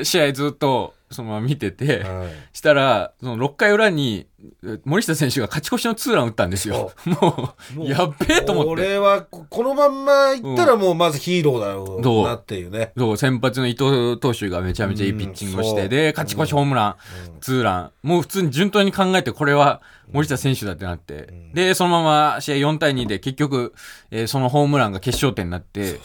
で、試合ずっとそのまま見てて、
はい
したら、その6回裏にえ森下選手が勝ち越しのツーラン打ったんですよ。 もう、
もう
やっべえと思っ
こ
て。
れはここのまんまいったらもうまずヒーローだろ
ど
う
う
なっていうね
そう、先発の伊藤投手がめちゃめちゃいいピッチングをし
う
て、
ん
で、勝ち越しホームラン、ツーラン。もう普通に順当に考えて、これは森下選手だってなって。
ん
で、そのまま試合4対2で結局、えーそのホームランが決勝点になって、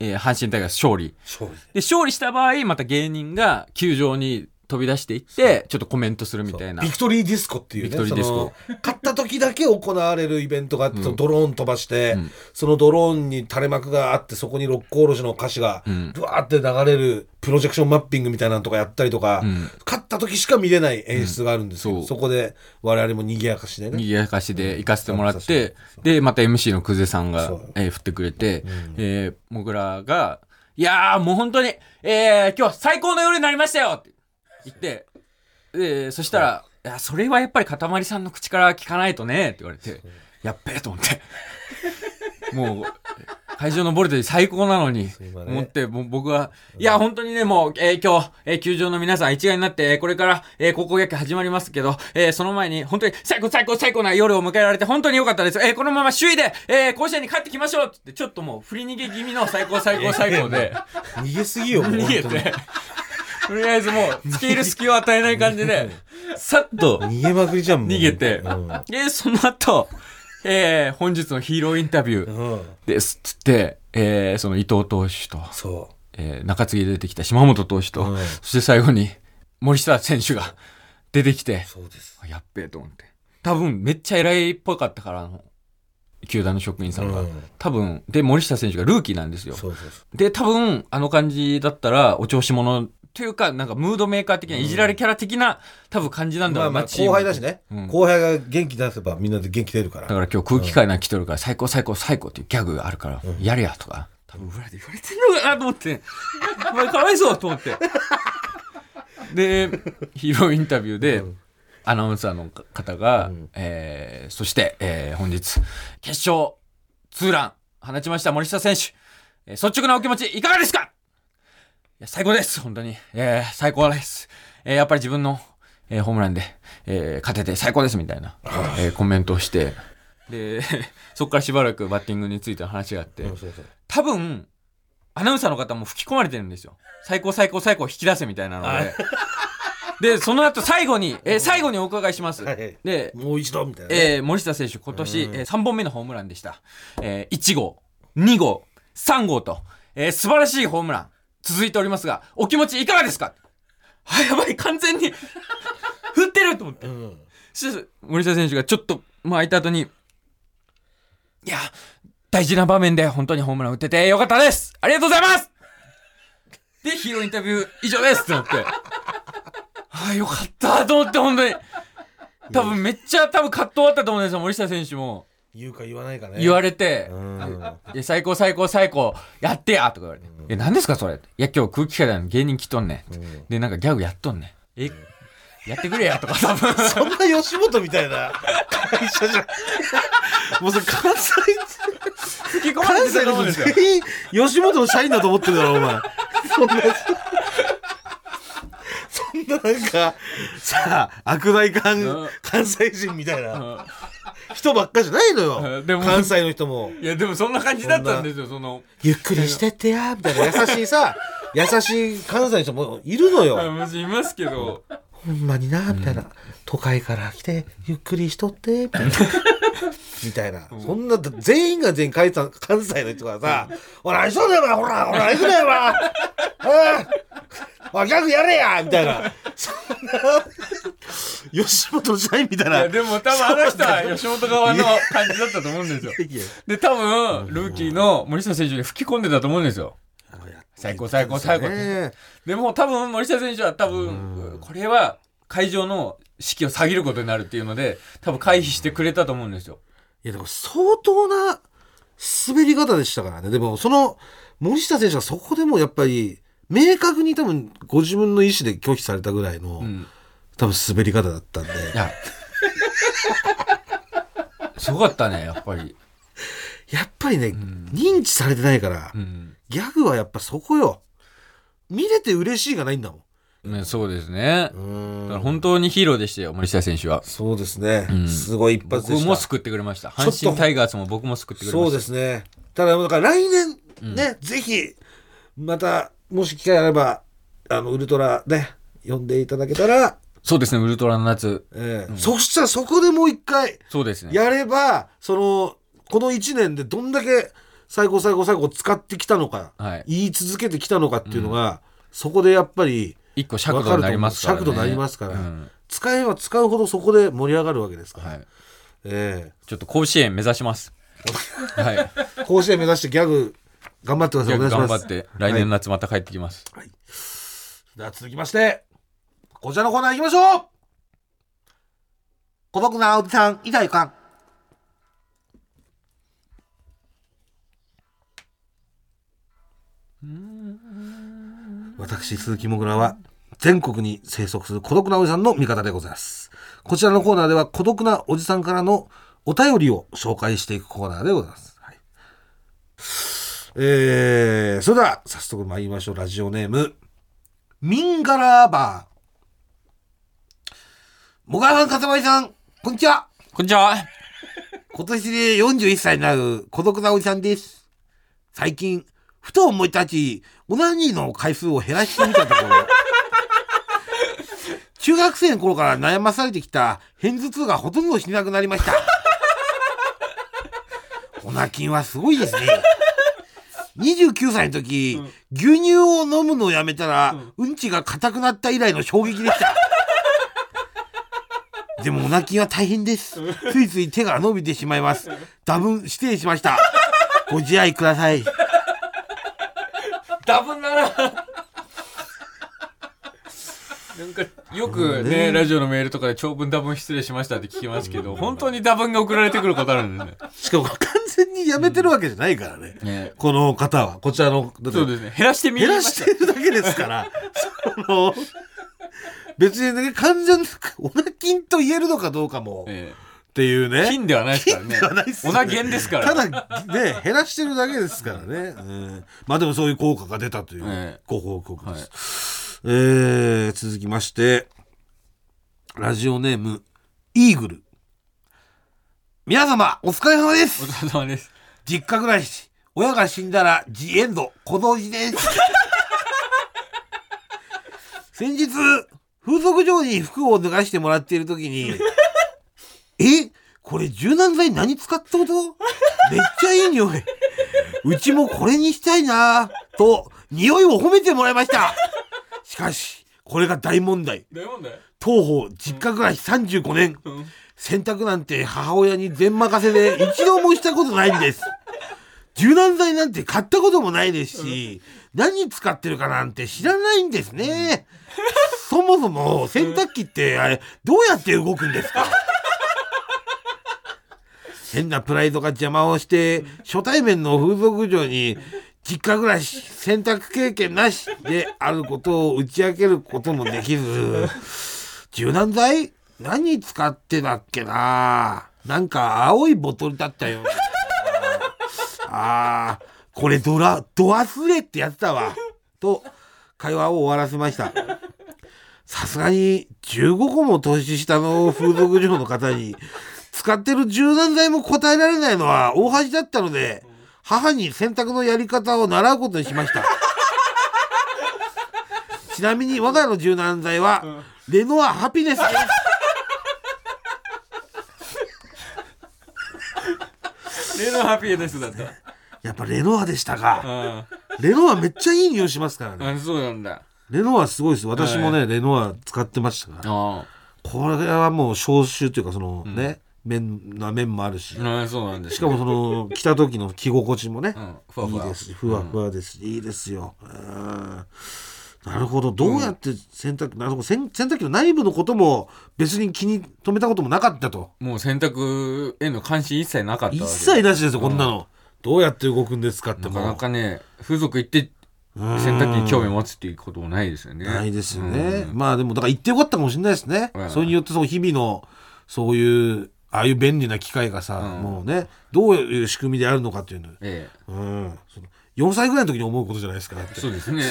えー阪神タイガース勝利。
勝利
で、勝利した場合、また芸人が球場に飛び出していって、ちょっとコメントするみたいな
ビ。クトリーディスコっていうね
ビクトリーディスコ
その勝った時だけ行われるイベントがあって、そのドローン飛ばして、
ん
そのドローンに垂れ幕があってそこに六甲おろしの歌詞が
ん
ブワーって流れるプロジェクションマッピングみたいなのとかやったりとか、
ん
勝った時しか見れない演出があるんですけど、
うん
そ
そ
こで我々も賑やかしでね
にぎやかしで行かせてもらっ
う
て、で、また MC の久世さんが
そう、
えー振ってくれて、えー、もぐらが、いやーもう本当に、えー、今日最高の夜になりましたよって言って、で、そしたら、いや、それはやっぱりかたまりさんの口から聞かないとね、って言われて、やっべえと思って。もう、会場のボルテージ最高なのに、
う今ね
思って、もう僕は、いや、本当にね、もう、えー今日、えー球場の皆さん一丸になって、えーこれから、えー高校野球始まりますけど、えーその前に、本当に最高最高最高な夜を迎えられて、本当に良かったです。えーこのまま首位で、えー甲子園に勝ってきましょうって、ちょっともう、振り逃げ気味の最高最高最高で、
逃げすぎよもう
逃げ
本当に
て、とりあえずもう、付け入る隙を与えない感じで、 さっと、
逃げまくりじゃんもう
逃げて
うん、
で、その後、えー本日のヒーローインタビュー
うん
です、つって、えーその伊藤投手と、
そ
えー中継ぎで出てきた島本投手と、
うん
そして最後に森下選手が出てきて
う、そうです
やっべえと思って。多分めっちゃ偉いっぽかったから、あの、球団の職員さんが。
うん
多分、で、森下選手がルーキーなんですよ。
そうそうそ
で、多分、あの感じだったら、お調子者、というか、なんかムードメーカー的な、いじられキャラ的な、多分感じなん
う
だ
ま
ろ
あ
う
ま
な、
あ
チーム
後輩だしね、
うん
後輩が元気出せばみんなで元気出るから
だから今日空気階段来とるから、最高最高最高っていうギャグがあるから、やれやとか、多分裏で言われてんのかなと思って、お前かわいそうと思って。で、ヒーローインタビューで、アナウンサーの方が、えーそして、えー本日、決勝、ツーラン、放ちました森下選手、えー率直なお気持ちいかがですかいや、最高です本当に。えー最高です。えーやっぱり自分の、えーホームランで、えー勝てて最高ですみたいな、えーコメントをして、で、 そこからしばらくバッティングについての話があって、
うんそうそう
多分、アナウンサーの方も吹き込まれてるんですよ。最高最高最高引き出せみたいなので。で、その後最後に、えー最後にお伺いします。
はい
で、
もう一度みたいなね、
えー森下選手、今年、え3本目のホームランでした。えー1号、2号、3号と、えー素晴らしいホームラン、続いておりますが、お気持ちいかがですか あ、やばい、完全に、 振ってると思って。
うん
そして森下選手がちょっと、まあ、空いた後に、いや、大事な場面で本当にホームラン打ててよかったですありがとうございますで、ヒーローインタビュー以上ですってなって、ああ、よかったと思って、本当に。多分めっちゃ多分葛藤あったと思うんですよ、森下選手も。
言うか言わないかね
言われて、
うん
いや最高最高最高やってやとか言われて「え何ですかそれ?」いや今日空気階段の芸人来とんねん」でなんかギャグやっとんねん」えやってくれや」とか多分
そんな吉本みたいな会社じゃ もうそれ関西
吹き込まれてた
関西
と
の
思うん
人
ですよ
全員吉本の社員だと思ってるだろお前そんなそんななんかさあ悪大
う
感
ん
関西人みたいな人ばっかじゃないのよ
うんでも
関西の人も
いやでもそんな感じだったんですよその
ゆっくりしてってやみたいな優しいさ優しい関西の人もいるのよ、
あもちろんいますけど
ほんまになみたいな、都会から来てゆっくりしとってみ たいなみたいな、そんな全員が全員関西関西の人がさ「ほら愛想だよお前ほらほら行くな よお前ああおいギャグやれや!」みたいなそんな吉本の社員みたい
い
な
やでも多分あの人は吉本側の感じだったと思うん ですよ
いや
で多分ルーキーの森下選手に吹き込んでたと思うんですよ最高最高最高
ね
でも多分森下選手は多分これは会場の士気を下げることになるっていうので多分回避してくれたと思うんですよ
いやでも相当な滑り方でしたからねでもその森下選手はそこでもやっぱり明確に多分ご自分の意思で拒否されたぐらいの、
うん
多分滑り方だったんで
いや すごかったねやっぱり
やっぱりね、認知されてないから、
うん、
ギャグはやっぱそこよ見れて嬉しいがないんだもん
ね、そうですね
うー
だ
ん
から本当にヒーローでしたよ森下選手は
そうですね、
うん
すごい一発
僕
でした
も救ってくれました
ょっと
阪神タイガースも僕も救ってくれま
そ
し
うで
た
すねただだから来年ね、ぜひまたもし機会あればあのウルトラね呼んでいただけたら、
そうですねウルトラの夏
ええそしたらそこでもう一回
そうですね
やればそのこの1年でどんだけ最高最高最高使ってきたのか、
はい
言い続けてきたのかっていうのが、そこでやっぱり
一個尺度になりますから、ね、
尺度になりますから
うん
使えば使うほどそこで盛り上がるわけですから、
はい、
え
ちょっと甲子園目指します はい
え甲子園目指してギャグ頑張ってくださいお願いしま
頑
す
張って来年の夏また帰ってきます、
では続きまして、こちらのコーナー行きましょう孤独なおじさん、いたいかん。私、鈴木もぐらは、全国に生息する孤独なおじさんの味方でございます。こちらのコーナーでは、孤独なおじさんからのお便りを紹介していくコーナーでございます。はいえー、それでは、早速参りましょう。ラジオネーム、ミンガラーバー。もがらさん、かたまりさん、こんにちは。
こんにちは
今年で41歳になる孤独なおじさんです。最近、ふと思い立ち、オナニーの回数を減らしてみたところ、 中学生の頃から悩まされてきた片頭痛がほとんどしなくなりました。オナキンはすごいですね。29歳の時、牛乳を飲むのをやめたら、うんちが硬くなった以来の衝撃でした。でも、お腹筋は大変です。ついつい手が伸びてしまいます。多分、失礼しました。ご自愛ください。
ダブなら なんかよくねラジオのメールとかで長文多分失礼しましたって聞きますけど本当に多分が送られてくることあるんですね
しかも、完全にやめてるわけじゃないからね。
ね
この方は、こちらの、だって
そうですね減らしてみ
減
ま
ら
し
したてるだけですから、その、別にね、完全に、お腹筋と言えるのかどうかも、っ
え
ていう
え
ね。
金ではないですからね
金ではないです
お
よね
なげんですから
ただ、ね、減らしてるだけですから ね。うんまあでもそういう効果が出たという
ええ
ご報告
は
で
い
す。えー続きまして、ラジオネーム、イーグル。皆様、お疲れ様で
お
す。
疲れ様です
実家暮らし、親が死んだら、ジエンド、小道寺です。 先日、風俗嬢に服を脱がしてもらっている時に、えこれ柔軟剤何使ったことめっちゃいい匂い。うちもこれにしたいなと、匂いを褒めてもらいました。しかし、これが大問題。
大問題
当方、実家暮らし35年。
うん
洗濯なんて母親に全任せで一度もしたことないんです。柔軟剤なんて買ったこともないですし、何使ってるかなんて知らないんですね。そもそも洗濯機ってあれ、どうやって動くんですか変なプライドが邪魔をして、初対面の風俗嬢に、実家暮らし、洗濯経験なしであることを打ち明けることもできず、柔軟剤何使ってだっけななんか青いボトルだったよ。あー、これドラ、ド忘れってやつだわ。と、会話を終わらせました。さすがに15個も年下の風俗嬢の方に、使ってる柔軟剤も答えられないのは大恥だったので、母に洗濯のやり方を習うことにしました。ちなみに我が家の柔軟剤は、レノアハピネスです。
例のハッピーですだった
やっぱレノアでしたか。
あ
レノアめっちゃいい匂いしますからね。
あそうなんだ
レノアすごいです。私もね、レノア使ってましたから。
あ
これはもう消臭というかそのね、面な面もあるし、
うん、そうなんです
しかもその着た時の着心地もね、
うんふわふわ
いいですふわふわですし、いいですようんなるほどどうやって洗濯、なるほど洗洗濯機の内部のことも別に気に留めたこともなかったと
もう洗濯への関心一切なかったわけ
一切なしですよこんなの、どうやって動くんですかって
な
もう
かなかね風俗行って
うん
洗濯機に興味を持つっていうこともないですよね
ないですよ
うん
ね、まあでもだから行ってよかったかもしれないですね、
うん
それによってその日々のそういうああいう便利な機械がさ、
うん
もうねどういう仕組みであるのかっていうの、
え
うん、その4歳ぐらいの時に思うことじゃないですかだっ
え
て
そうですね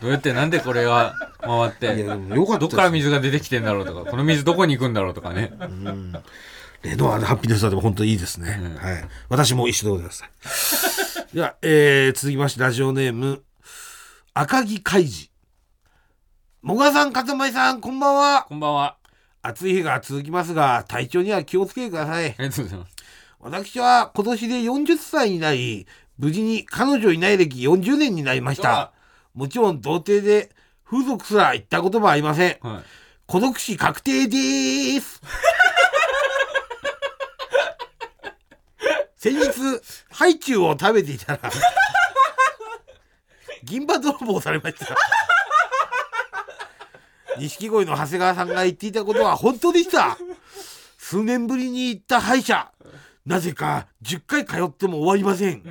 どうやってなんでこれは回っ
いやで
て
もよかった
ど
で
っ
す
から水が出てきてんだろうとかこの水どこに行くんだろうとかね
レノアのハッピネスはでも本当にいいですね、
うん
はい私も一緒でございます では、えー続きましてラジオネーム赤木海二もがさんかたまりさんこんばんは
こんばんは
暑い日が続きますが体調には気をつけてください
ありがとうございます
私は今年で40歳になり無事に彼女いない歴40年になりまし
うわ
たもちろん童貞で風俗すら行ったこともありません
はい
孤独死確定でーす先日ハイチュウを食べて いたら銀歯泥棒されました錦鯉の長谷川さんが言っていたことは本当でした数年ぶりに行った歯医者なぜか10回通っても終わりません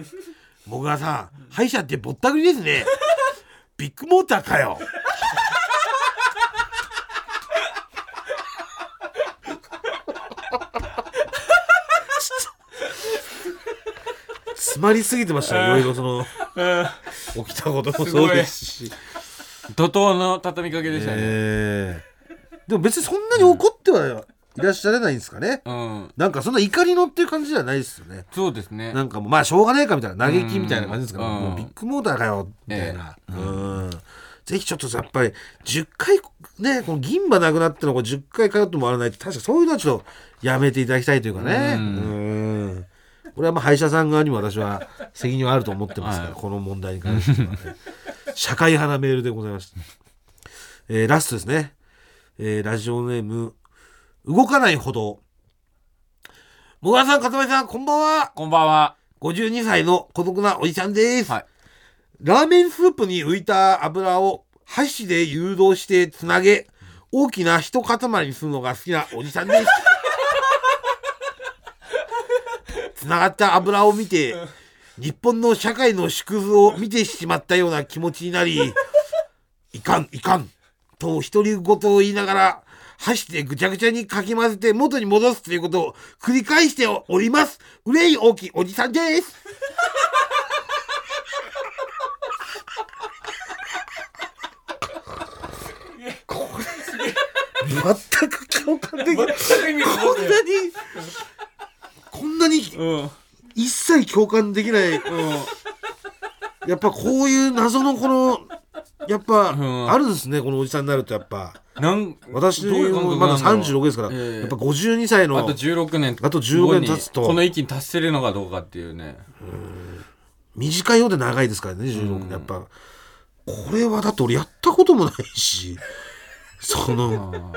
もぐらさん歯医者ってぼったくりですねビッグモーターかよ詰まりすぎてましたねいろいろその起きたこともそうですし
怒涛の畳みかけでしたね、
ええでも別にそんなに怒ってはいらっしゃらないんですかね、
うん
なんかそんな怒りのっていう感じではないですよね
そうですね
なんかもうまあしょうがないかみたいな嘆きみたいな感じですから、
うん
もうビッグモーターかよみたいな、うんぜひちょっとやっぱり10回ねこの銀歯なくなったのを10回通ってもらわないと確かそういうのはちょっとやめていただきたいというかね
う
うんこれはまあ歯医者さん側にも私は責任はあると思ってますから、
はい
この問題に関してはね社会派なメールでございました、えーラストですね、えーラジオネーム動かない歩道もがさん、かたまりさん、こんばんは。
こんばんは
52歳の孤独なおじちゃんです、
はい
ラーメンスープに浮いた油を箸で誘導してつなげ大きな一塊にするのが好きなおじさんです つながった油を見て日本の社会の縮図を見てしまったような気持ちになりいかんいかんと独り言を言いながら箸でぐちゃぐちゃにかき混ぜて元に戻すということを繰り返しております憂い大きいおじさんです全く共感できないこんなにこんなに
うんうん
一切共感できないやっぱこういう謎のこのやっ
うん
ぱあるんですねこのおじさんになるとやっぱ
なん
私
どういう感覚
もまだ
なんろう
36ですから
ええ
やっぱ52歳の
あと16年
あと16年経つと
後にこの域に達せるのかどうかっていうね
短いようで長いですからね16
うん
年やっぱこれはだって俺やったこともない しその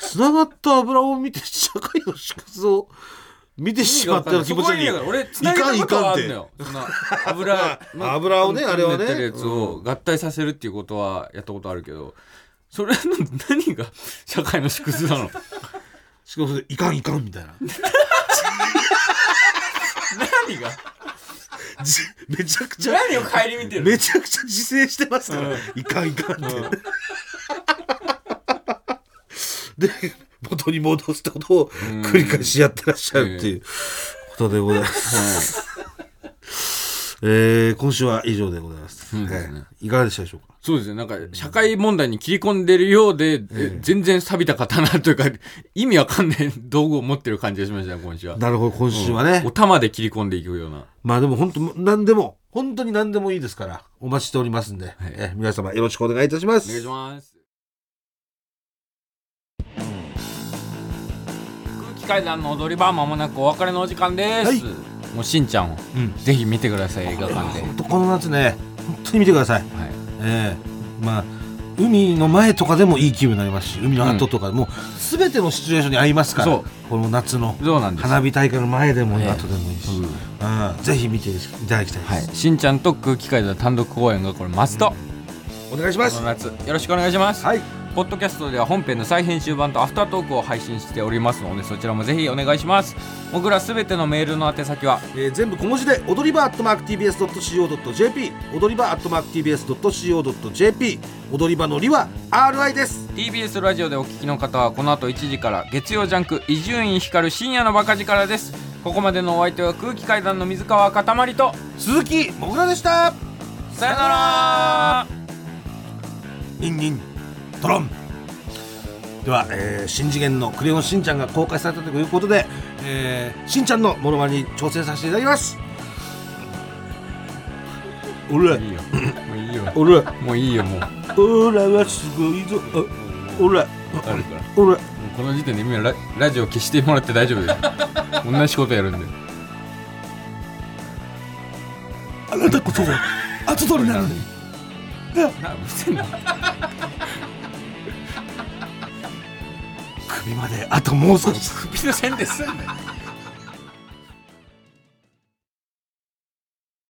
つながった油を見て社会の縮図を見てしまったような気持ちに
そこはねだから俺つなげたことはあんのよそんな 油
まあ油をねあれはね
組んでたやつを合体させるっていうことはやったことあるけどそれの何が社会の縮図な の
しかもそれいかんいかんみ たいな
何が
じめちゃくちゃ
何を顧みてる
めちゃくちゃ自制してますから、
うん
いかんいかんって、
うん
で元に戻すってことを繰り返しやってらっしゃるっていうことでございます、えー今週は以上でございます、
そうですね
はい、いかがでしたでしょうか
そうですねなんか社会問題に切り込んでるようで、え全然錆びた刀というか 意味わかんない道具を持ってる感じがしましたね今週は
なるほど今週はね、
お玉で切り込んでいくような
まあでも本当何でも本当に何でもいいですからお待ちしておりますんで、えー皆様よろしくお願いいたしま
お願いし
す
ます空気階段の踊り場まもなくお別れのお時間です、
はい
もうしんちゃんを
うん
ぜひ見てください映画館で、はい
本当この夏ね本当に見てくださいええまあ海の前とかでもいい気分になりますし海の後とかでもう全てのシチュエーションに合いますから、
そ
この夏の
そうなんです
花火大会の前でも
ええ
後でもいいし、
うん
うんぜひ見ていただきたいです、
はい、しんちゃんと空気階段単独公演がこれマスト、
お願いしま
こ
す
の夏よろしくお願いします、
はい
ポッドキャストでは本編の再編集版とアフタートークを配信しておりますのでそちらもぜひお願いします僕らすべてのメールの宛先は
えー全部小文字で踊り場 at mark tbs.co.jp 踊り場 at mark tbs.co.jp 踊り場のりは RI です
TBS ラジオでお聞きの方はこの後1時から月曜ジャンク伊集院光る深夜のバカ力ですここまでのお相手は空気階段の水川かたまりと
鈴木もぐらでした
さよなら
ニンニントロンでは、えー新次元の「クレヨンしんちゃん」が公開されたということで、えーしんちゃんのモノマネに挑戦させていただきます俺
いいよもういいよ
俺
もういいよもう
俺はすごいぞあ俺
あるからも
俺
うこの時点で今ララジオ消してもらって大丈夫 です同じことやるんで
あなたこそが後取りなのに
なうるせえな
首まであともう少し
首の線ですんだよ